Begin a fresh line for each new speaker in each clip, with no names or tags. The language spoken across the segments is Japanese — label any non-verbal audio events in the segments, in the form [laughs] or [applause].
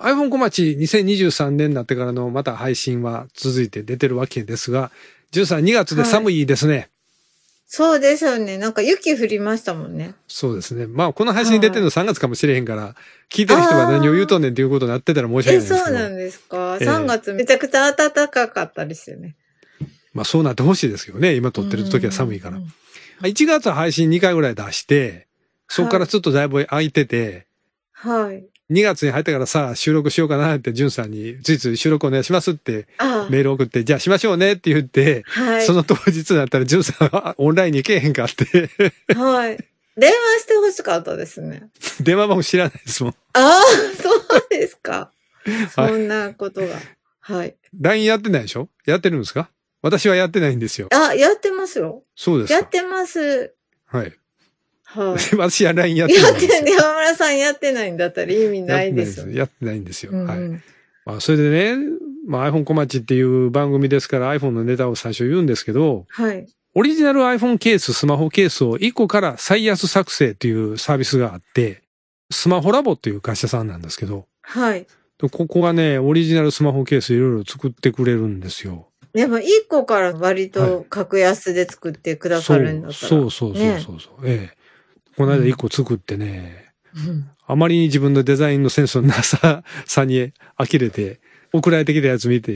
香港町2023年になってからのまた配信は続いて出てるわけですが、ジュンさん2月で寒いですね。
そうですよね。なんか雪降りましたもんね。
そうですね。まあ、この配信に出てるの3月かもしれへんから、聞いてる人が何を言うとんねんっていうことになってたら申し訳ない
え、
んです
そう
けど。
なんですか。
ええ
3月めちゃくちゃ暖かかったですよね。
まあ、そうなってほしいですけどね。今撮ってる時は寒いから。
うんうんうん
1月は配信2回ぐらい出して、そこからちょっとだいぶ空いてて、
はい。
2月に入ったからさ、収録しようかなって、ジュンさんに、ついつい収録お願いしますって
ああ
メール送って、じゃあしましょうねって言って、
はい
そ。の当日になったら、ジュンさんはあ [laughs] オンラインに行けへんかって、 [laughs]
はい。電話してほしかったですね。
電話番号知らないですもん。
ああ、 [laughs] そうですか。そんなことが。はい。
LINE やってないでしょやってるんですか私はやってないんですよ。
あ、やってますよ。
そうです
や
か
ってます。
はい。
はい。
[laughs] 私は LINE やってな
や
い
っ
んで
て
すよ。
山村さんやってないんだったら意味ないですよ。
やってないんですよ。
うん
はい。
うん
まあ、それでね、まあ、iPhone 小町っていう番組ですから iPhone のネタを最初言うんですけど、
はい。
オリジナル iPhone ケース、スマホケースを1個から最安作成っていうサービスがあって、スマホラボっていう会社さんなんですけど、
はい。
でここがね、オリジナルスマホケースいろいろ作ってくれるんですよ。
でも、一個から割と格安で作ってくださるんだったら。
そうそうそうそうそう、ええ。この間1個作ってね、
うん
あまりに自分のデザインのセンスのなさ、 [laughs] さに呆れて、送られてきたやつ見て、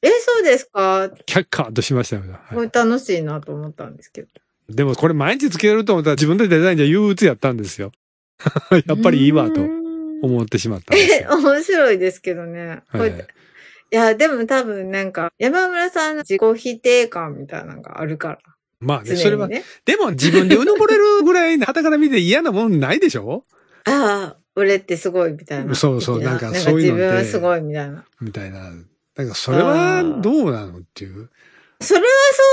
え、そうですか
キャッカーっとしましたよ、
こ
は
れ楽しいなと思ったんですけど。
い。でもこれ毎日つけると思ったら自分でデザインじゃ憂鬱やったんですよ。 [laughs] やっぱりいいわと
うーん
思ってしまったんです
[laughs]
よ。
面白いですけどね。こうやって
え
いや、でも多分なんか、山村さんの自己否定感みたいなのがあるから。
えまあね、
常にね。
それは、でも自分でうぬぼれるぐらい、旗から見て嫌なもんないでしょ
ああ、俺ってすごいみたいな。
そうそう
みたい
なんかそういうのって
なんか自分はすごいみたいな。
みたいな。なんかそれはどうなのっていう。
それは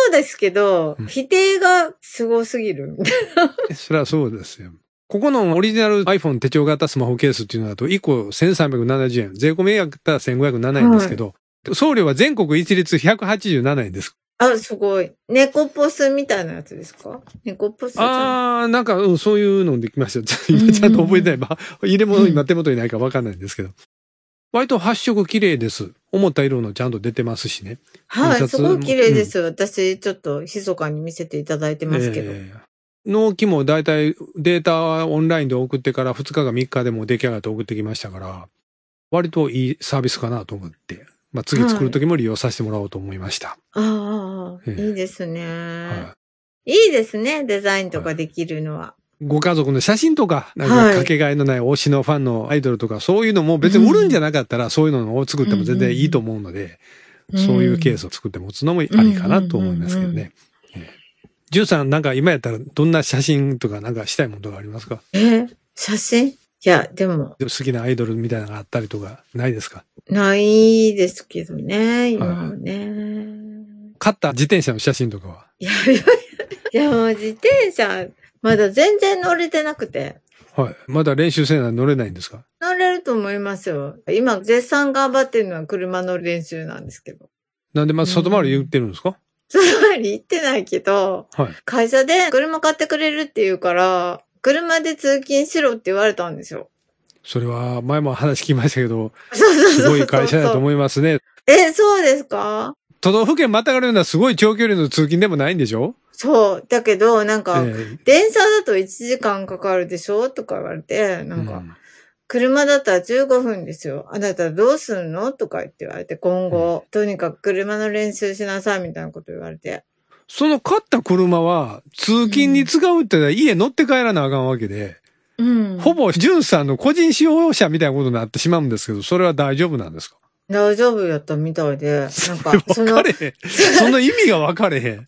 そうですけど、
うん
否定がすごすぎるみたい
それはそうですよ。ここのオリジナル iPhone 手帳型スマホケースっていうのだと1個1370円。税込みやったら1507円ですけど、送料は全国一律187円です。
な。あ、すごい。猫ポスみたいなやつですか猫ポスじゃん。
あー、なんか、うん、そういうのできました。 [laughs] ちょ今ちゃんと覚えてない。まあ、 [laughs] 入れ物今手元にないからわかんないんですけど。割と発色綺麗です。思った色のちゃんと出てますしね。
は
印
い、
刷
すごい綺麗です。私、ちょっと、密かに見せていただいてますけど。
えー納期もだいたいデータはオンラインで送ってから2日か3日でもう出来上がって送ってきましたから、割といいサービスかなと思って、まあ、次作る時も利用させてもらおうと思いました。
ああ、
ええ
いいですね、
はい
いですね、デザインとかできるのは。
ご家族の写真とか、なん
は
か
い
かけがえのない推しのファンのアイドルとか、そういうのも別に売るんじゃなかったら、そういうのを作っても全然いいと思うので、そういうケー
ス。
スを作って持つのもありかなと思いますけど
うんうん
ね。ええジュンさん、なんか今やったらどんな写真とかなんかしたいものがありますか
え、写真いや、でも、
でも好きなアイドルみたいなのがあったりとか、ないですか
ないですけどね、今はね。
買った自転車の写真とかは。
いやいや、いやもう自転車、まだ全然乗れてなくて。
はい。まだ練習せな乗れないんですか
乗れると思いますよ。今、絶賛頑張ってるのは車の練習なんですけど。
なんでまず外回り言ってるんですか、
つまり行ってないけど、
はい。
会社で車買ってくれるって言うから、車で通勤しろって言われたんですよ。
それは前も話聞きましたけど、
そうそうそう [laughs] そう。
[laughs] すごい会社だと思い [laughs] ますね。
え、そうですか
都道府県またがるようなすごい長距離の通勤でもないんでしょ
そう。だけど、なんか、
え
電車だと1時間かかるでしょとか言われて、
え
なんか、
うん
車だったら15分ですよ。あなたどうすんのとか言って言われて、今後、とにかく車の練習しなさいみたいなこと言われて。
その買った車は通勤に使うってのは家乗って帰らなあかんわけで、
うん
ほぼジュンさんの個人使用者みたいなことになってしまうんですけど、それは大丈夫なんですか、
大丈夫やったみたいで、なんか
[laughs] 分
そ
か
の、
れへん。その意味が分かれへん。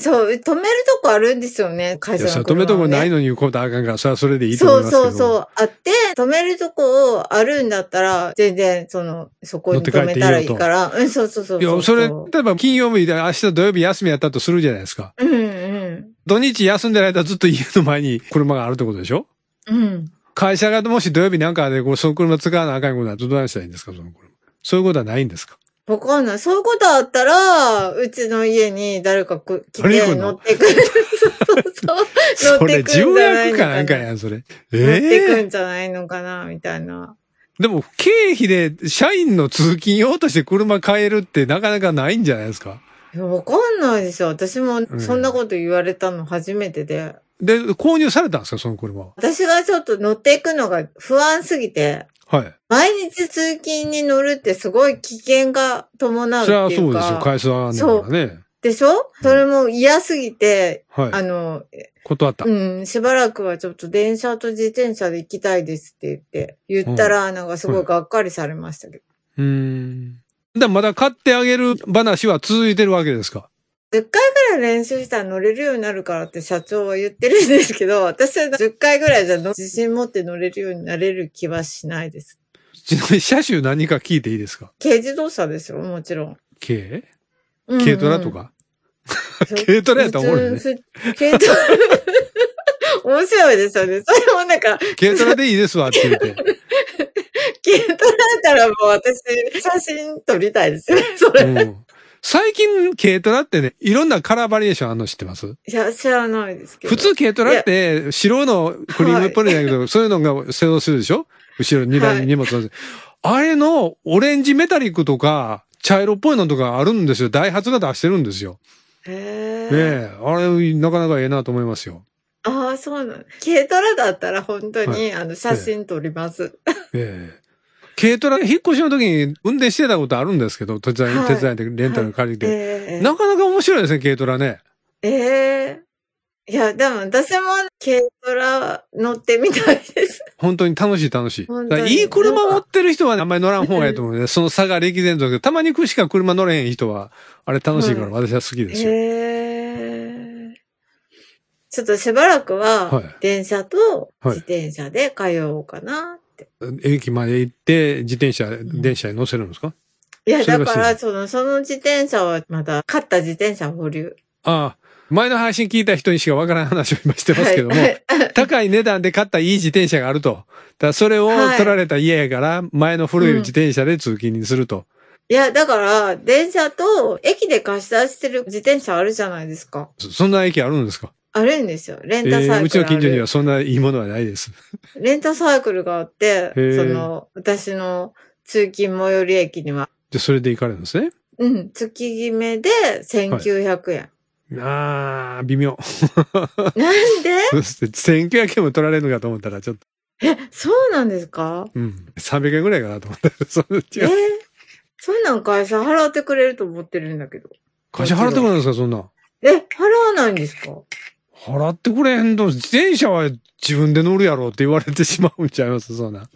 そう、止めるとこあるんですよね、会
いや、
社
それ止
の車、ね。
めとこないのに言うことはあかんから、それはそれでいいと
そ
思いうますけど。
そうそう。あって、止めるとこをあるんだったら、全然、その、そこに止めたらいいから。うん、そうそうそう
いや、それ、
う
例えば金曜日で明日土曜日休みやったとするじゃないですか。
んうん。
土日休んでる間ずっと家の前に車があるってことでしょ
うん。
会社がもし土曜日なんかでこうその車使わなあかんことになったらどうしたらいいんですかその車。そういうことはないんですか
わかんない。そういうことあったら、うちの家に誰かく来
誰来
て
んの
乗ってくる。そう
[laughs]
そ
そ
う。乗っ
れ
てくんじ
重
ゃない
役か
のか
な
な。
んかやん、それ。
乗ってく
ええ
んじゃないのかな、みたいな。
でも、経費で社員の通勤用として車買えるってなかなかないんじゃないですか。
いやわかんないですよ。私もそんなこと言われたの初めてで。
で、購入されたんですか、その車は。
私がちょっと乗っていくのが不安すぎて、
はい。
毎日通勤に乗るってすごい危険が伴うっ
それは
てい
そううですよ。
か。
回数はあんだからね。
でしょそれも嫌すぎて、
は
あ
い。
の、
断った。
うん、しばらくはちょっと電車と自転車で行きたいですって言って、言ったら、なんかすごいがっかりされましたけど。
うーん。だからまだ買ってあげる話は続いてるわけですか。
10回ぐらい練習したら乗れるようになるからって社長は言ってるんですけど、 [laughs] 私は10回ぐらいじゃ乗自信持って乗れるようになれる気はしないです。
ちなみに車種何か聞いていいですか
軽自動車ですよ、もちろん。
軽
うんうん
軽トラとか、
そう
軽トラやったらおもろいね
普。通ふ軽トラ。 [laughs] 面白いですよね。それもなんか、
軽トラでいいですわって言
[laughs]
って。
軽トラだからもう私、写真撮りたいですよね。それ。
うん、最近軽トラってね、いろんなカラーバリエーションあるの知ってます
いや、知らないですけど。
普通軽トラって白のクリームっぽいんだけど、そういうのが製造するでしょ後ろ荷台に荷物乗せて、あれのオレンジメタリックとか、茶色っぽいのとかあるんですよ。ダイハツが出してるんですよ。
へ
ね
ー。
え、あれ、なかなかええなと思いますよ。
ああ、そうなの。軽トラだったら本当に、
は
あの、写真撮ります。
ええ軽トラ、引っ越しの時に運転してたことあるんですけど、手伝い、
はい
手伝いでレンタル借りて、
えー
なかなか面白いですね、軽トラね。
えーいや、でも私も軽トラ乗ってみたいです。
本当に楽しい楽しい。
本
だ
当
か
に
らいい車持ってる人はあんまり乗らん方がいいと思うね。
[laughs]
その差が歴然と。たまにしか車乗れへん人は、あれ楽しいから
うん
私は好きですよ。
えーちょっとしばらく
は、
はい電車と
はい
自転車で通おうかなって。
駅まで行って、自転車、
ん
電車に乗せるんですか
いや、
それ
だ
が
から、
自
その、その自転車はまだ、買った自転車保留。
ああ、前の配信聞いた人にしかわからない話を今してますけども、
はい [laughs]
高い値段で買ったいい自転車があると。だからそれを
はい
取られた家やから、前の古い自転車で通勤にすると。
いや、だから、電車と駅で貸し出してる自転車あるじゃないですか。
そそんな駅あるんですか
あるんですよ。レ
え
ンタサイクルあ
ー
る。
うちの近所にはそんないいものはないです。
レンタサイクルがあって、
へー
その、私の通勤最寄り駅には、
じゃ、それで行かれるんですね。
うん、月決めで1900円。
ああ、微妙。
なんで
[laughs] そして1900円も取られるのかと思ったら、ちょっと、
そうなんですか
うん、300円ぐらいかなと思ったら、 [laughs] そんな
え
違う。
そんなん会社払ってくれると思ってるんだけど。
会社払ってくれるんですか、そんなん。
え、払わないんですか
払ってくれへんと、自転車は自分で乗るやろって言われてしまうんちゃいます、そんな。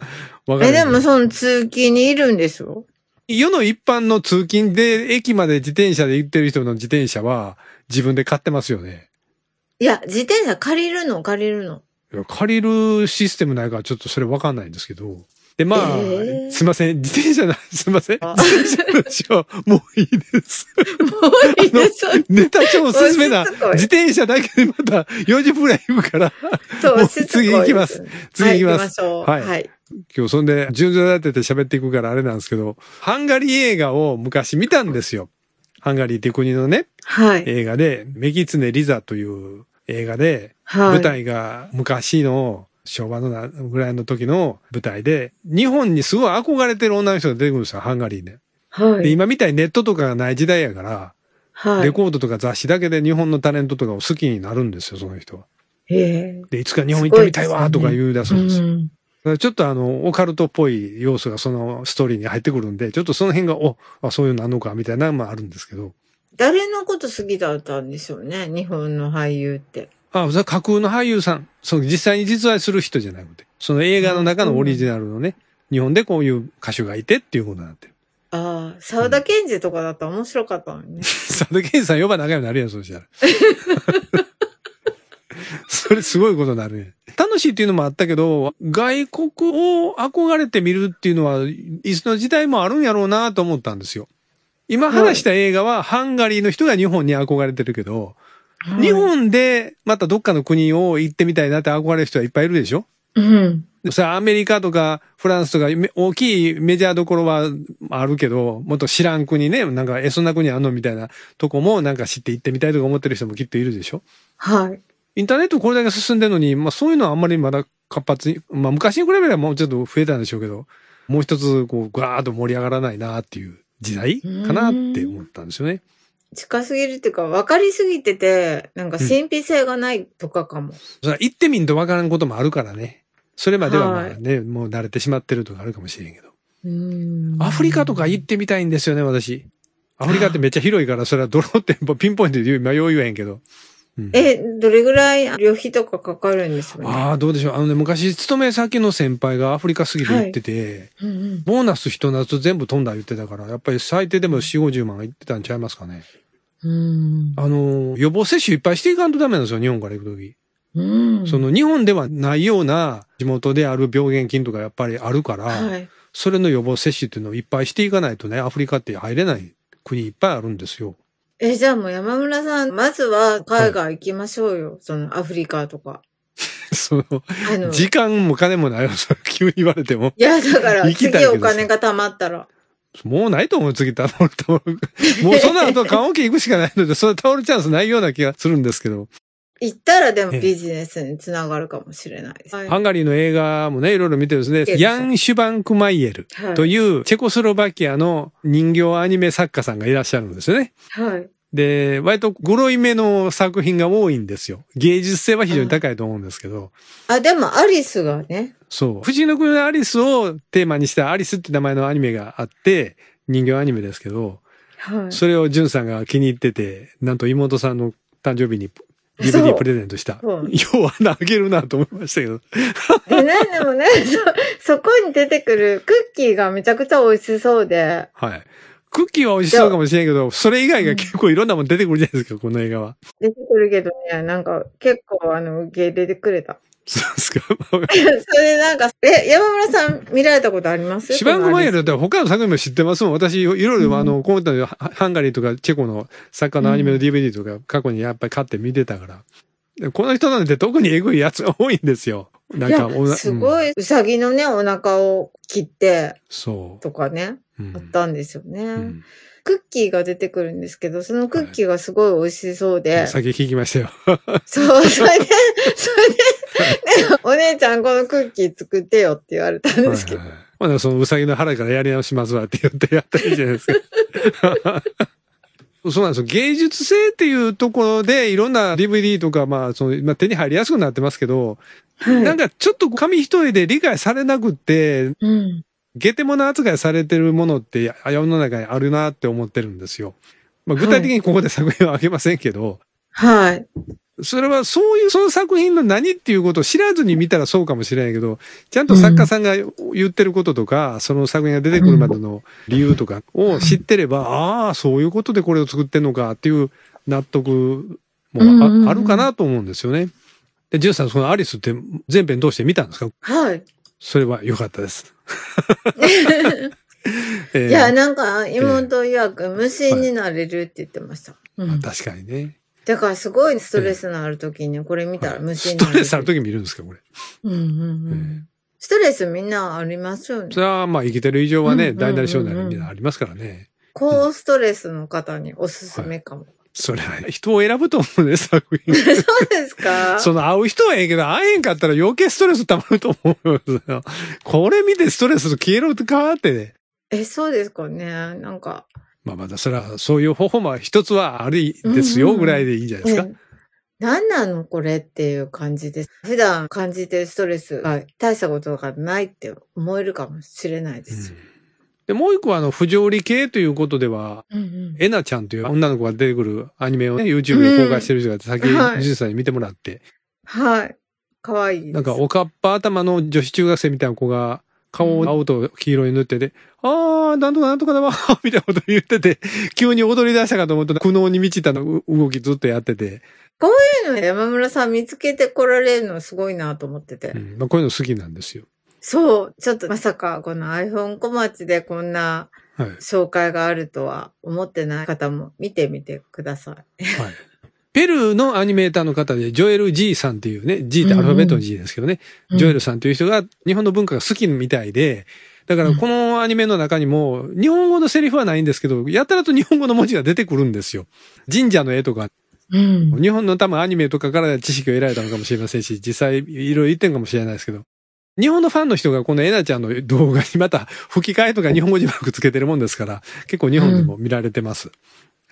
わか
え、
る
でもその通勤にいるんですよ。
世の一般の通勤で駅まで自転車で行ってる人の自転車は自分で買ってますよね。
いや、自転車借りるの、借りる
[laughs]
の。
いや借りるシステムないからちょっとそれわかんないんですけど。で、まあ、
えー
すいません。自転車な、すいません。
あ
自転車の話はもういい
[laughs]
です。
もういいです。
ネタ帳おすすめな
もうしつこい
自転車だけでまた40分くらい行くから、
そう、
もう
しつこい
次行きます
ですね
次行き
は
ま。
い、行きますしょう。は。
はいい
はい。
今日そんで順序立てて喋っていくからあれなんですけど、ハンガリー映画を昔見たんですよ。ハンガリーっていう国のね、
はい。
映画で、メギツネ・リザという映画で、
はい
舞台が昔の昭和のなぐらいの時の舞台で、日本にすごい憧れてる女の人が出てくるんですよ、ハンガリーで。
は
で、
い。
今みたいにネットとかがない時代やから、
はい。
レコードとか雑誌だけで日本のタレントとかを好きになるんですよ、その人は。
え
で、いつか日本行ってみたいわ
す
と
ご
か
いですね
言うだ
え
そうです。だ
ん
からちょっとあの、オカルトっぽい要素がそのストーリーに入ってくるんで、ちょっとその辺が、お、あそういうのあんのか、みたいなのもあるんですけど。
誰のこと好きだったんでしょうね、日本の俳優って。
あ、それは架空の俳優さん。その実際に実在する人じゃなくて、その映画の中のオリジナルのね、日本でこういう歌手がいてっていうことになってる。 [laughs]
ああ、沢田研二とかだったら面白かったのにね。
佐藤健さん呼ばなあかんようになるやん、そうしたら。 [laughs] それすごいことになるね。楽しいっていうのもあったけど、外国を憧れて見るっていうのは、いつの時代もあるんやろうなと思ったんですよ。今話した映画は、ハンガリーの人が日本に憧れてるけど、日本でまたどっかの国を行ってみたいなって憧れる人はいっぱいいるでしょ
うん。
さあ、アメリカとかフランスとかめ大きいメジャーどころはあるけど、もっと知らん国ね、なんかえ、そんな国あんのみたいなとこもなんか知って行ってみたいとか思ってる人もきっといるでしょ
はい。
インターネットこれだけ進んでるのに、まあそういうのはあんまりまだ活発に、まあ昔に比べればもうちょっと増えたんでしょうけど、もう一つ、こう、ガーッと盛り上がらないなっていう時代かなって思ったんですよね。
近すぎるっていうか、分かりすぎてて、なんか神秘性がないとかかも。
それは行ってみんとわからんこともあるからね。それまではまあ
はい
ね、もう慣れてしまってるとかあるかもしれんけど。
うん
アフリカとか行ってみたいんですよね、私。アフリカってめっちゃ広い
[laughs]
から、それはドローってピンポイントで言う、迷い言えへんけど。うん
え、どれぐらい旅費とかかかるんですかね。
ああ、どうでしょう。あのね、昔、勤め先の先輩がアフリカすぎる言ってて、
うんうん
ボーナス一夏全部飛んだ言ってたから、やっぱり最低でも4、50万は行ってたんちゃいますかね。
うん
あの、予防接種いっぱいしていかんとダメなんですよ、日本から行くとき。
うん
その、日本ではないような地元である病原菌とかやっぱりあるから、
はい。
それの予防接種っていうのをいっぱいしていかないとね、アフリカって入れない国いっぱいあるんですよ。 [laughs]
え、じゃあもう山村さん、まずは海外行きましょうよ。そのアフリカとか。
その、
あの、
時間も金もないよ、それ急に言われても。
いや、だから、
行きたいけど
次お金が貯まったら。
もうないと思う、次、タオル、タオル。もうその後、缶オケ行くしかないので、それタオルチャンスないような気がするんですけど。
行ったらでも
ええ
ビジネスにつながるかもしれないです。はい
ハンガリーの映画もね、いろいろ見てるんです
え
ね。
え
ヤン・シュバンクマイエル
はい
というチェコスロバキアの人形アニメ作家さんがいらっしゃるんですよね。
はい。
で、割とグロい目の作品が多いんですよ。芸術性は非常に高いと思うんですけど。
あ、でもアリスがね。
そう。藤井の国のアリスをテーマにしたアリスって名前のアニメがあって、人形アニメですけど、
はい。
それをジュンさんが気に入ってて、なんと妹さんの誕生日に
そう
DVD プレゼントした。
そ
よ
う
う穴あげるなと思いましたけど。
でね、でもね、 [laughs] そ、そこに出てくるクッキーがめちゃくちゃ美味しそうで。
はい。クッキーは美味しそうかもしれんけど、それ以外が結構いろんなもの出てくるじゃないですか、この映画は。
出てくるけどね、なんか結構あの、受け入れてくれた。 [laughs]
そうですか。
それでなんか、え、山村さん見られたことあります
シバンコマイエル
ル。
だったら他の作品も知ってますもん。私、いろいろ、あの、こういったのハハンガリーとかチェコの作家のアニメの DVD とか過去にやっぱり買って見てたから。でこの人なんて特にエグいやつが多いんですよ。なん
い
か、お
や、
な
す
うん
ごい、うさぎのね、お腹を切って、
そ
とかね、
う。うん
あったんですよね。
うん
クッキーが出てくるんですけど、そのクッキーがすごい美味しそうで、
先聞きましたよ。
そう、それで、それで、ねお姉ちゃんこのクッキー作ってよって言われたんですけど、
はいはいはいほなそのうさぎの腹からやり直しますわって言ってやったらいいじゃないです
[laughs]
か。そうなんですよ。芸術性っていうところで、いろんな DVD とか、まあ、その、まあ、手に入りやすくなってますけど、
はい
なんかちょっと紙一重で理解されなくって、
うん。
ゲテモノ扱いされてるものってや世の中にあるなって思ってるんですよ。まあ、具体的にここで作品はあげませんけど、
はい。
それはそういう、その作品の何っていうことを知らずに見たらそうかもしれないけど、ちゃんと作家さんが言ってることとか、その作品が出てくるまでの理由とかを知ってれば、ああ、そういうことでこれを作ってんのかっていう納得もあ,、
うんうんうん
あるかなと思うんですよね。で、ジュンさん、そのアリスって全編どうして見たんですか
はい。
それは良かったです。えー
いや、なんか、妹いわく無心になれるって言ってました。うん
確かにね。
だからすごいストレスのある時にこれ見たら無心
ス
にな
ト
れる。
レスある時見るんですか、これ。
うんうんうん。ストレスみんなありますよね
そ。れはまあ生きてる以上は
うんう
ね、
んうん
大なり小なりみんなありますからね。
高ストレスの方におすすめかも。
それは人を選ぶと思うね、作 [laughs] 品。
[laughs] そうですか
その会う人はええけど、会えへんかったら余計ストレス溜まると思うんですよ。これ見てストレス消えろってかってね。
え、そうですかね。なんか。
まあまだそれは、そういう方法も一つはありですよ、ぐらいでいいんじゃないですか。
うん何なのこれっていう感じです。普段感じてるストレスが大したことがないって思えるかもしれないで
うん
すよ。
で、もう一個はあの、不条理系ということでは、
うんうん
えなちゃんという女の子が出てくるアニメをね、YouTube で公開してる人が先、
はい
ジュンさんに見てもらって、
はい。かわいいです。
なんか、おかっぱ頭の女子中学生みたいな子が、顔を青と黄色に塗ってて、あー、なんとかなんとかだわ、 [laughs] みたいなこと言ってて、急に踊り出したかと思ったら、苦悩に満ちたのう動きずっとやってて、
そういうの山村さん見つけてこられるのすごいなと思ってて。
うんまあ、こういうの好きなんですよ。
そう。ちょっとまさかこの iPhone 小町でこんな
[laughs] はい。はい。
紹介があるとは思ってない方も見てみてください。
ペルーのアニメーターの方で、ジョエル・ジーさんっていうね、ジーってアルファベットの G ですけどね、ジョエルさんという人が日本の文化が好きみたいで、だからこのアニメの中にも、日本語のセリフはないんですけど、やたらと日本語の文字が出てくるんですよ。神社の絵とか
うん。
日本の多分アニメとかから知識を得られたのかもしれませんし、実際いろいろ言ってんかもしれないですけど、日本のファンの人がこのエナちゃんの動画にまた吹き替えとか日本語字幕つけてるもんですから、結構日本でも見られてます。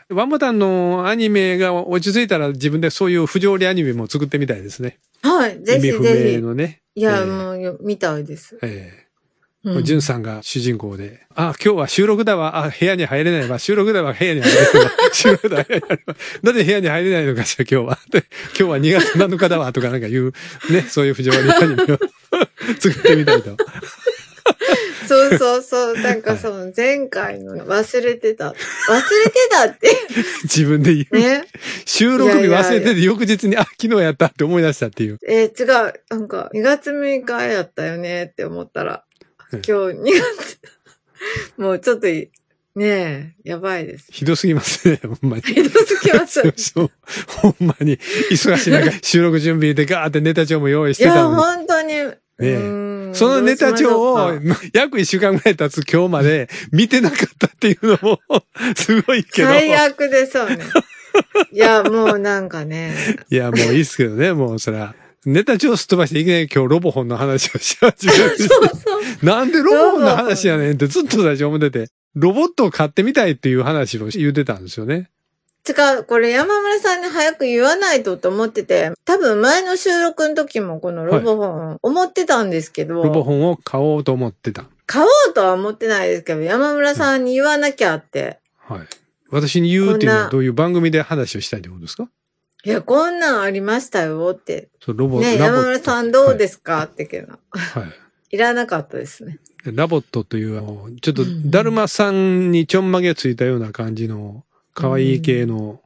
ワンボタンのアニメが落ち着いたら自分でそういう不条理アニメも作ってみたいですね。
はい、
意
ぜ
味
ひ
不
ぜ
明
ひ。
のね。
いや、
えー
もうよ、見たいです。
ええ
う
ジュンさんが主人公で、あ、今日は収録だわ、あ、部屋に入れないわ、収録だわ、部屋に入れないわ、収録だ [laughs] わ、部屋に入れないわなんで部屋に入れないのかしら、今日は。 [laughs] で今日は2月7日だわ、とかなんか言う、ね、そういう不条理アニメを [laughs] 作ってみたいと。
そうそうそう。なんかその前回の忘
[laughs]
れてた。忘れてたって。
自分で言う。
ね。
収録日
いやい
忘
やいや
れてて、翌日に、あ、昨日やったって思い出したっていう。
えー違う。なんか2月6日やったよねって思ったら、
うん
今日2月。 [laughs] もうちょっとい、ねえ、やばいです。
ひどすぎますね、 [laughs] ほんまに。
ひどすぎ
[laughs]
ます。い
そうほんまに、忙しい中、収録準備でガーってネタ帳も用意してた
や、
のに。
本当に。
え
うん
そのネタ帳
ど
を
うしましょうか
約1週間ぐらい経つ今日ま
[laughs]
で見てなかったっていうのも [laughs] すごいけど。
最
い
悪ですよ
[laughs]
ね。いや、もうなんかね。
や、もういいっすけどね、もうそら。ネタ帳すっ飛ばしていきなり今日ロボホンの話をし始めるし
[laughs] そうそう。
なんでロボホンの話やねんってずっと最初思ってて、ロボットを買ってみたいっていう話を言ってたんですよね。
違う、これ山村さんに早く言わないとと思ってて、多分前の収録の時もこのロボ本思ってたんですけど、
ロボホンを買おうと思ってた。
買おうとは思ってないですけど、山村さんに言わなきゃって。
はい。私に言うっていうの
こん
は
な
どういう番組で話をしたいってことですか
いや、こんなんありましたよって。
そうロボ、
ね、
ラボ
山村さんどうですか、ってけど。
はい。
いらなかったですね。
ラボットという、あのちょっと、だるまさんにちょんまげついたような感じの、可愛い系の、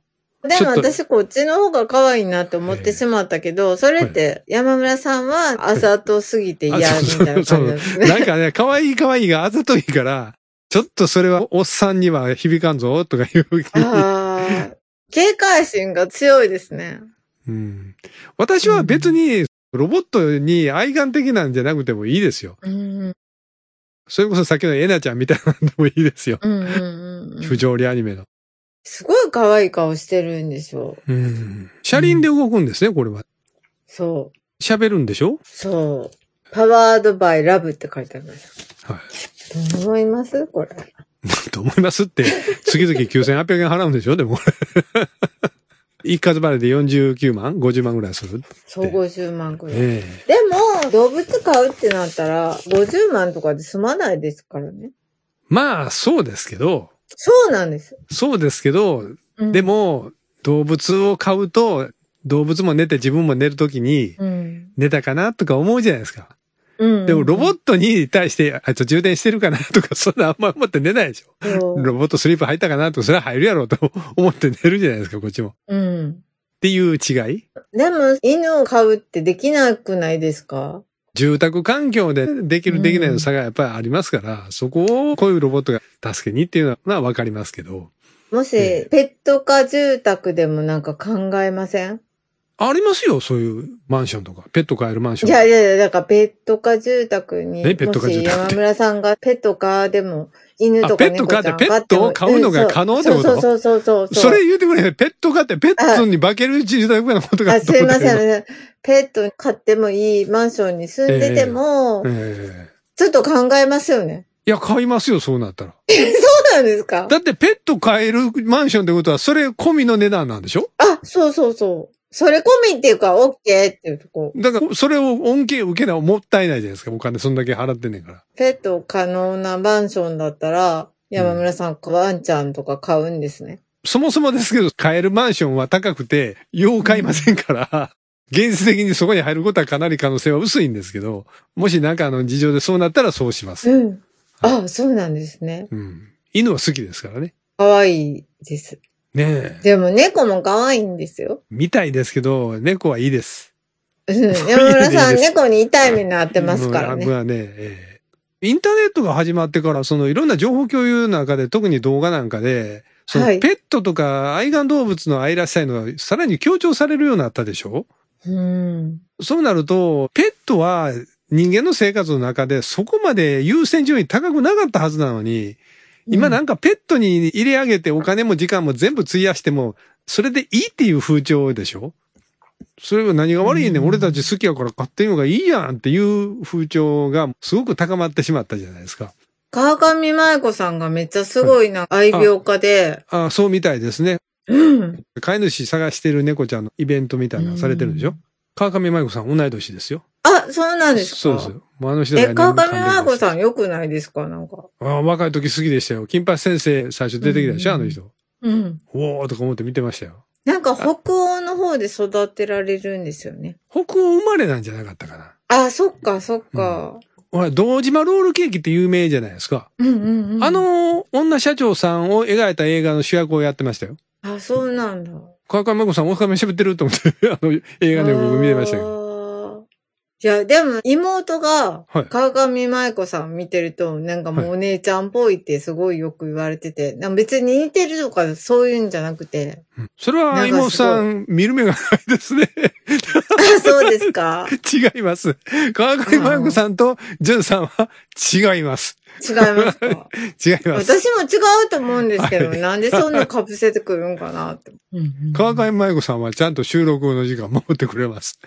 で
ち
も
ょっと
私こっちの方が可愛いなって思ってしまったけど、それって山村さんはあざとすぎて嫌み
あ
たいな感じなんですね。
なんかね、可愛い可愛いがあざといから、ちょっとそれはおっさんには響かんぞ、とかいう気に、
あー警戒心が強いですね。
うん。私は別に、ロボットに愛玩的なんじゃなくてもいいですよ。
うん。
それこそさっきのエナちゃんみたいなのでもいいですよ。
うんうんうん
不条理アニメの。
すごい可愛い顔してるんですよ。
うん。車輪で動くんですね、これは。
そう。
喋るんでしょ
そう。パワードバイラブって書いてあります。
はい。
どう思いますこれ。
と思いますって、次々9800円払うんでしょでもこ [laughs] れ。一括バレで49万 ?50 万ぐらいする
総合10万くらい。
え
でも、動物買うってなったら、50万とかで済まないですからね。
まあ、そうですけど、
そうなんです。
そうですけど、
うん
で、も、動物を飼うと、動物も寝て自分も寝るときに、
うん。
寝たかなとか思うじゃないですか。
うん。
でも、ロボ
ッ
ットに対して、あいつ充電してるかなとか、そんなあんま思って寝ないでしょ。
ト
ロボットスリープ入ったかなとか、それは入るやろうと思って寝るじゃないですか、こっちも。っ
うん。
ていう違い
でも、犬を飼うってできなくないですか
住宅環境ででき
う
る
ん
できないの差がやっぱりありますから、そこをこういうロボットが助けにっていうのはわかりますけど。
もし、
え
ペットか住宅でもなんか考えません
ありますよ、そういうマンションとか。ペット飼えるマンショ
い
ン。
やいやいや、だからペットか住宅に、
ねペットか
もし
住宅っ
山
て
村さんがペットかでも、犬とか
あペット
猫ちゃ
か
ん
ってペットを飼うのが可能ってこと
そうそうそうそうう。
それ言うてくれへん。ペット飼って、ペットに化ける住宅のことが
あ、すいませんすいま
ん。
せん。ペット飼ってもいいマンションに住んでても、
ええ
ちょっと考えますよね。
いや、買いますよ、そうなったら。
そうなんですか
だってペット飼えるマンションってことは、それ込みの値段なんでしょ
あ、そうそうそう。それ込みっていうか、オッケーっていうとこ。
だから、それを恩恵受けないもったいないじゃないですか、お金そんだけ払ってんねんから。
ペット可能なマンションだったら、
ん
山村さん、ワンちゃんとか買うんですね。
そもそもですけど、買えるマンションは高くて、よう買いませんから、現実的にそこに入ることはかなり可能性は薄いんですけど、もしなんかあの事情でそうなったらそうします。
うん。あ、そうなんですね。
うん。犬は好きですからね。
可愛いです。
ねえ。
でも猫も可愛いんですよ。
見たいですけど、猫はいいです。
うん山村さ
いい
ん、
です
猫に痛い目に遭ってますから
うん
ね。
あまあね、ええインターネットが始まってから、そのいろんな情報共有の中で、特に動画なんかで、その
はい
ペットとか愛玩動物の愛らしさいのがさらに強調されるようになったでしょ
うん。
そうなると、ペットは人間の生活の中でそこまで優先順位高くなかったはずなのに、今なんかペットに入れ上げてお金も時間も全部費やしても、それでいいっていう風潮でしょそれは何が悪いねん、
うん
俺たち好きやから買ってみようがいいやんっていう風潮がすごく高まってしまったじゃないですか。
川上舞子さんがめっちゃすごいな、愛病家で、
ああ、そうみたいですね。
うん。
飼い主探してる猫ちゃんのイベントみたいなのされてるんでしょ、
うん
川上舞子さん同い年ですよ。
あ、そうなんですか
そうですよ。もうあの人
え、川上
舞
舞子
ん。
さん良くないですかなんか。
ああ若い時好きでしたよ。金八先生最初出てきたでしょ、
うん
あの人。
うん。
おーとか思って見てましたよ。
なんか北欧の方で育てられるんですよね。
北欧生まれなんじゃなかったかな。
あ、そっか、そっか。
ほら、堂島ロールケーキって有名じゃないですか。
うんうんうん。
あ、の女社長さんを描いた映画の主役をやってましたよ。
あ、そうなんだ。
川上真子さん、大阪弁喋ってると思って、 [laughs] あの、映画で僕見てましたけど。
ど。いや、でも妹が
はい
川上舞子さん見てると、なんかもうお姉ちゃんっぽいってすごいよく言われてて、なんか別に似てるとかそういうんじゃなくて。
うんそれは、妹さん、見る目がないですね。 [laughs]
あ、そうですか
違います。川上真子さんと、淳さんは、違います。
違いますか
違います。
私も違うと思うんですけど、
はい
なんでそんな被せてくるんかなって。
川上真子さんは、ちゃんと収録の時間守ってくれ [laughs] ます。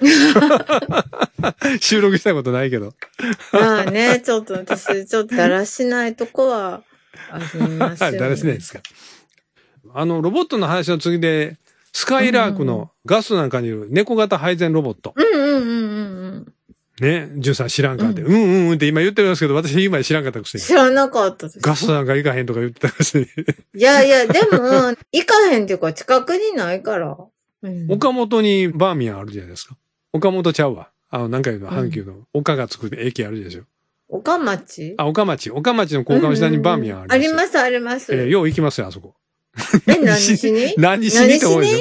収録したことないけど。
まあね、ちょっと私、ちょっとだらしないとこはあります
は
よ、
い [laughs]
ね。
だらしないですか。あの、ロボットの話の次で、スカイラークのガストなんかにいる猫型配膳ロボット。
うんうんうんうんうん。
ね、ジュンさん知らんかって。うん、うん、うんって今言ってるんですけど、私今知らんかったくせに。
知らなかったです。
[laughs] ガストなんか行かへんとか言ってたくせに。
いやいや、でも、行かへんっていうか、近くにないから。う
[laughs]
ん、
岡本にバーミヤンあるじゃないですか。岡本ちゃうわ。あの、なんか言うの、阪急の岡がつく駅あるでしょ。
岡町
あ、岡町。岡町の高架の下にバーミヤンあ
あ
り
り
ます。
ます、あります。
えーよう行きますよ、あそこ。
え、何しに
何しにって思うでしょ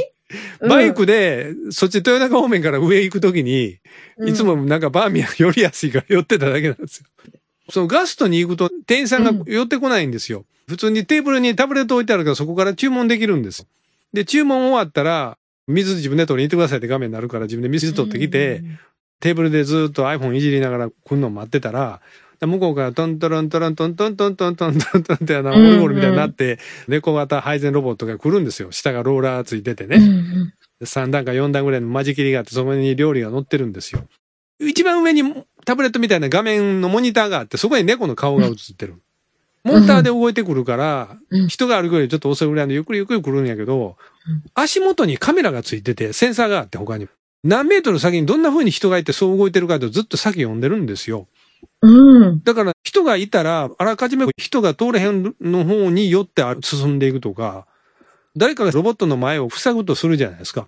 うん
バイクで、そっち豊中方面から上行くときに、いつ
う
も
ん
なんかバーミヤン寄りやすいから寄ってただけなんですよ。そのガストに行くと店員さんが寄ってこないんですよ。普通にテーブルにタブレット置いてあるからそこから注文できるんです。で、注文終わったら、水自分で取りに行ってくださいって画面になるから自分で水取ってきて、、テーブルでずっと iPhone いじりながら来るのを待ってたら、向こうからトントロントロントントントントントントントンってあの、ゴルゴルみたいになって、猫型配膳ロボットが来るんですよ。下がローラーついててね。
ね。
3段か4段ぐらいの間仕切りがあって、そこに料理が載ってるんですよ。一番上にタブレットみたいな画面のモニターがあって、そこに猫の顔が映ってる。モーターで動いてくるから
う、ん
人が歩くよりちょっと遅いぐらいのゆっくりゆっくり来るんやけど
うん、
足元にカメラがついてて、センサーがあって他に。何メートル先にどんな風に人がいてそう動いてるかとずっと先読んでるんですよ。
うん。
だから人がいたら、あらかじめ人が通れへんの方によって進んでいくとか、誰かがロボットの前を塞ぐとするじゃないですか。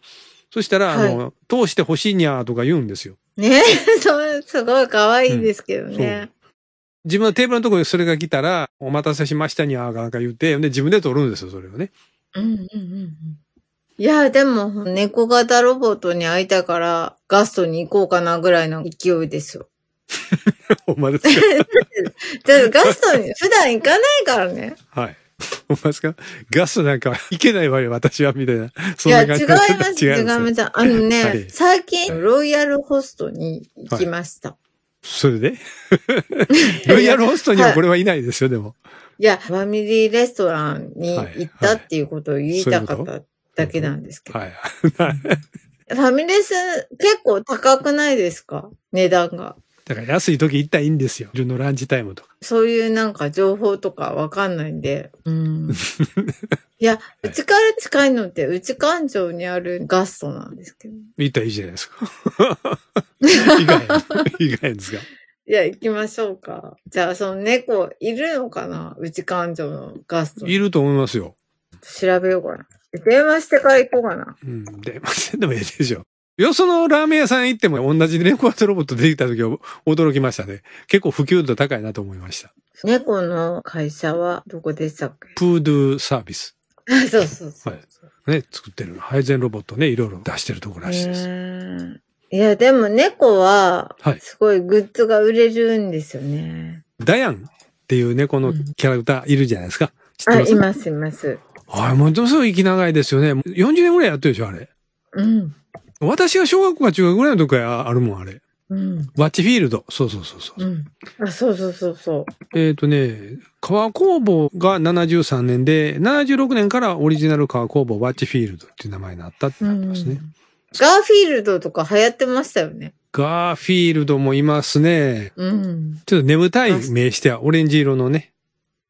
そしたら、あの、通してほしいにゃーとか言うんですよ。
ね [laughs] そうすごい可愛いですけどね。
自分のテーブルのところにそれが来たら、お待たせしましたにゃーがなんか言って、で、自分で取るんですよ、それをね。 [laughs]
うんうんうんうん。いや、でも、猫型ロボットに会いたから、ガストに行こうかなぐらいの勢いですよ。
ほんまですか。
だってガストに普段行かないからね。
はい。ほんまですか。ガスなんか、いけないわよ、私は、みたいな。
い
[laughs] そん
や、
な
違いま
感じ
す、違い
[laughs] 違い
ま
ます。
す。あの
[laughs]
ね、
はい
最近、ロイヤルホストに行きました。
それで [laughs] ロイヤルホストにはこれはいないですよ、でも。
い、や、ファミリーレストランに行ったっていうことを言いたか
はい
っただけなんですけど。
はい。
ファミレス結構高くないですか値段が。
だから安い時行ったらいいんですよ。自分のランチタイムとか。
そういうなんか情報とかわかんないんで。うん。
[laughs]
いや、うちから近いのって、うち環状にあるガストなんですけど。
行ったらいいじゃない [laughs] ですか。いかへん。いかへんですか。
いや、行きましょうか。じゃあ、その猫いるのかなうち環状のガストに。
いると思いますよ。
調べようかな。電話してから行こうかな。
うん。で、まあ、でもいいでしょ。よそのラーメン屋さん行っても同じ猫型ロボット出てきた時は驚きましたね。結構普及度高いなと思いました。
猫の会社はどこでしたっけ
プードゥーサービス。
あ [laughs] そうそうそう。
はいね、作ってる配膳ロボットね、いろいろ出してるところらしいです。
ねえいや、でも猫は
は、い
すごいグッズが売れるんですよね。
ダヤンっていう猫のキャラクターいるじゃないですか。知って
あ、
ま
い
す
ます、います。
あれ、ものすごい息長いですよね。40年ぐらいやってるでしょ、あれ。
うん。
私が小学校か中学ぐらいの時からあるもん、あれ。
うん。
ワッチフィールド。そうそうそうそう。
うん。あ、そうそうそうそう。
えっ、とね、革工房が73年で、76年からオリジナル革工房ワッチフィールドっていう名前になったってなってますね。
ガーフィールドとか流行ってましたよね。
ガーフィールドもいますね。
うん。
ちょっと眠たい名しては、オレンジ色のね。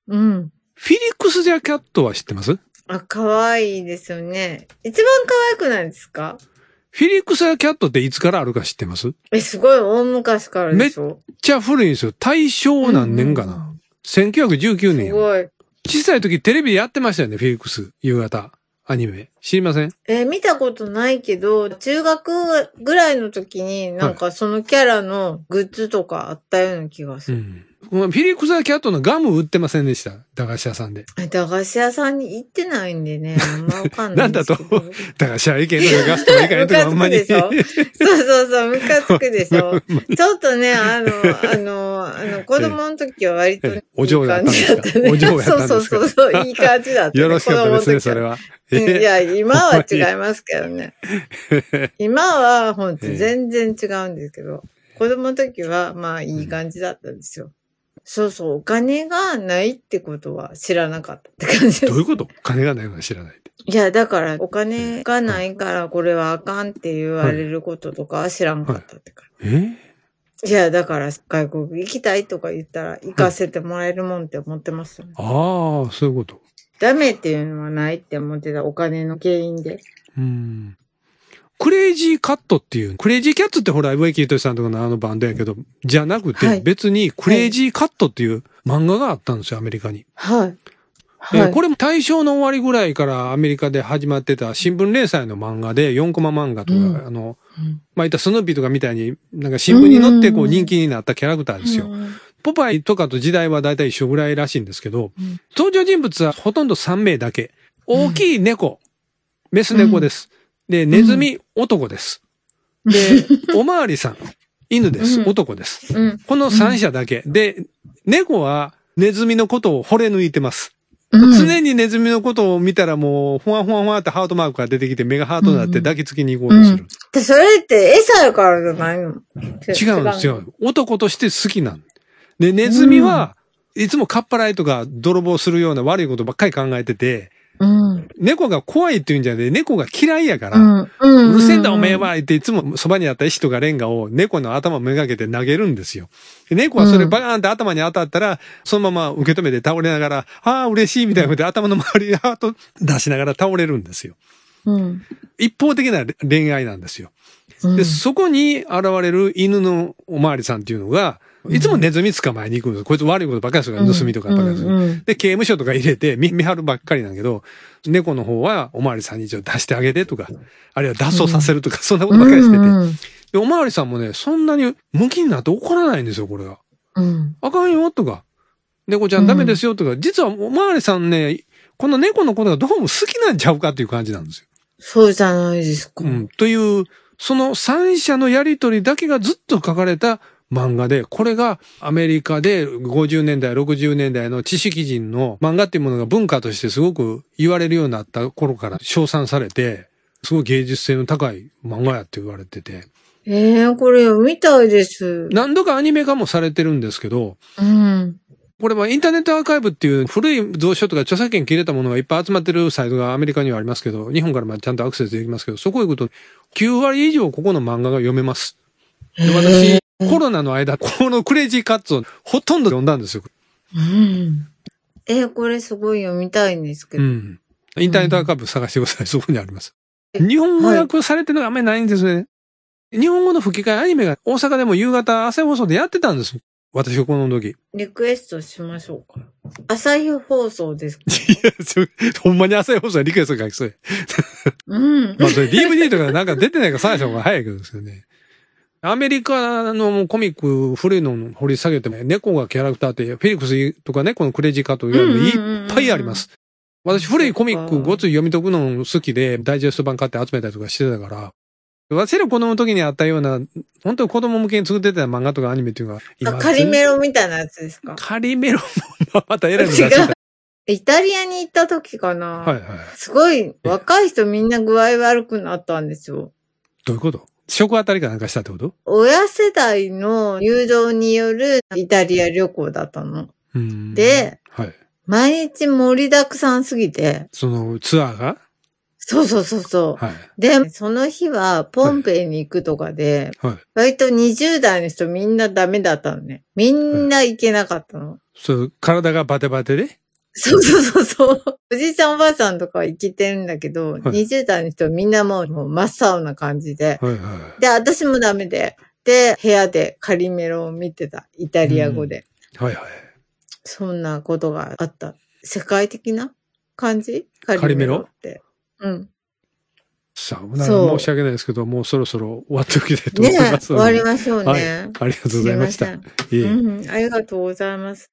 うん。
フィリックス・ジャキャットは知ってます
あ、可愛いですよね。一番可愛くないですか
フィリックス・ジャキャットっていつからあるか知ってます
え、すごい大昔からでしょ
めっちゃ古いんですよ。大正何年かな。1919年
す
よ。
ごい。
小さい時テレビでやってましたよね、フィリックス。夕方。アニメ。知りません
えー見たことないけど、中学ぐらいの時になんかそのキャラのグッズとかあったような気がす
う
る。
ん。フィリックス・ジャキャットのガム売ってませんでした。駄菓子屋さんで。
え駄菓子屋さんに行ってないんでね、あんまわかんないんですけ
[laughs] な
ど。
駄菓子屋行けんのかガストも行かへん
[laughs]
とか、あんまり。
ムカつくでそうそうそう、ムカつくでしょ。ちょっとね、あの、あの、あの、子供の時は割といい
ええお嬢やったんですか
感じだね
お嬢やったんですか
そうそうそうそう、いい感じだった、
よろしかったですね、それ
は。
は。
うんい
え
や、今は違いますけどね。今は、ほんと全然違うんですけど、子供の時は、まあ、いい感じだったんですよ。そうそう、お金がないってことは知らなかったって感じです
どういうこと金がないのは知らないって。
いや、だから、お金がないからこれはあかんって言われることとかは知らんかったって感
え
じ。いや、だから、外国行きたいとか言ったら、行かせてもらえるもんって思ってますよね。
ああ、そういうこと。
ダメっていうのはないって思ってた、お金の原因で。
うん。クレイジーカットっていう、クレイジーキャッツってほら、植木仁さんとかのあのバンドやけど、じゃなくて、
はい
別にクレイジーカットっていう漫画があったんですよ、アメリカに。
はい。
え
は
ーこれも大正の終わりぐらいからアメリカで始まってた新聞連載の漫画で、4コマ漫画とか、
うん
あの、
うん
まあ、いったらスヌーピーとかみたいに、なんか新聞に載ってこ
う
うん人気になったキャラクターですよ。
うん
ポパイとかと時代は大体一緒ぐらいらしいんですけど、
うん
登場人物はほとんど3名だけ。大きい猫、メス猫です。で、ネズミ、男です。で、おまわりさん、犬です。
うん
男です。
うん。
[laughs] この3者だけ。で、猫はネズミのことを惚れ抜いてます。
うん
常にネズミのことを見たらもう、ふわふわふわってハートマークが出てきて、目がハートになって抱きつきに行こうとする。
で、それって餌やからじゃない
違
の
うんです。よ。男として好きなんで、ネズミは、いつもかっぱらいとか泥棒するような悪いことばっかり考えてて、
うん。うん。
猫が怖いって言うんじゃなくて、猫が嫌いやから、う
う
るせえんだおめえ。はっていつもそばにあった石とかレンガを猫の頭めがけて投げるんですよ。で猫はそれバーンって頭に当たったら、そのまま受け止めて倒れながら、ああ、嬉しいみたいなことで頭の周りにハート出しながら倒れるんですよ。
うん。
一方的な恋愛なんですよ。
うん
で、そこに現れる犬のおまわりさんっていうのが、いつもネズミ捕まえに行くんですよ。こいつ悪いことばっかりするから、盗みとかばっかりする。
うんうん
で、刑務所とか入れて、見、見張るばっかりなんやけど、猫の方は、おまわりさんに一応出してあげてとか、あるいは脱走させるとか、そんなことばっかりしてて。
うん
で、おまわりさんもね、そんなに無気になって怒らないんですよ、これが。
うん。
あかんよ、とか。猫ちゃんダメですよ、とか。実は、おまわりさんね、この猫のことがどうも好きなんちゃうかっていう感じなんですよ。
そうじゃないですか。
うん、という、その三者のやりとりだけがずっと書かれた漫画で、これがアメリカで50年代、60年代の知識人の漫画っていうものが文化としてすごく言われるようになった頃から称賛されて、すごい芸術性の高い漫画やって言われてて、
ええこれ読みたいです。
何度かアニメ化もされてるんですけど、
うん。
これはインターネットアーカイブっていう古い蔵書とか著作権切れたものがいっぱい集まってるサイトがアメリカにはありますけど、日本からもちゃんとアクセスできますけど、そこへ行くと9割以上ここの漫画が読めます。で、
へ
私、コロナの間、このクレイジーカッツをほとんど読んだんですよ。
うん。えーこれすごい読みたいんですけ
う
ど。
ん。インターネットアーカイブ探してください。そこにあります。日本語訳されてるのがあんまりないんですね。日本語の吹き替えアニメが大阪でも夕方朝放送でやってたんです。私がこの時。い
リクエストしましょうか。朝日放送ですか。
や、そ [laughs] ほんまに朝放送はリクエストが来そうや
うん。
まあ、それ DVD とかなんか出てないから最初が早いけどですよね。アメリカのコミック、古いのを掘り下げても、猫がキャラクターって、フェリックスとかね、このクレイジーカート以外にも
うんうんうんうん
いっぱいあります。私、古いコミックごつい読み解くの好きで、ダイジェスト版買って集めたりとかしてたから、私ら子供の時にあったような、本当に子供向けに作ってた漫画とかアニメっていうのが、
あカリメロみたいなやつですか。
カリメロも、また偉いの出してた。
違う
は。
イタリアに行った時かな。
いはい。
すごい、若い人みんな具合悪くなったんですよ。
どういうこと食あたりかなんかしたってこと
親世代の誘導によるイタリア旅行だったの。
うん。
で、
はい。
毎日盛りだくさんすぎて、
そのツアーが
そうそうそうそう。
はい。
で、その日はポンペイに行くとかで、
はい。
割と20代の人みんなダメだったのね。みんな行けなかったの。
そう、体がバテバテで。
そうそうそうそう。おじいちゃんおばあさんとかは生きてるんだけど、
い
20代の人みんなもうもう真っ青な感じで。
はいはい。
で、私もダメで。で、部屋でカリメロを見てた。イタリア語で。
はいは
そんなことがあった。世界的な感じカ
リメロ
って。うん。
い。さあ、なんか
そう
申し訳ないですけど、もうそろ [laughs] そろ終わっておきたいと思
ね
い
え、
ます
終
の
わ
で。
りましょうね。
はい。ありがとうございました。
すい
いえいえ
ませんうん、ありがとうございます。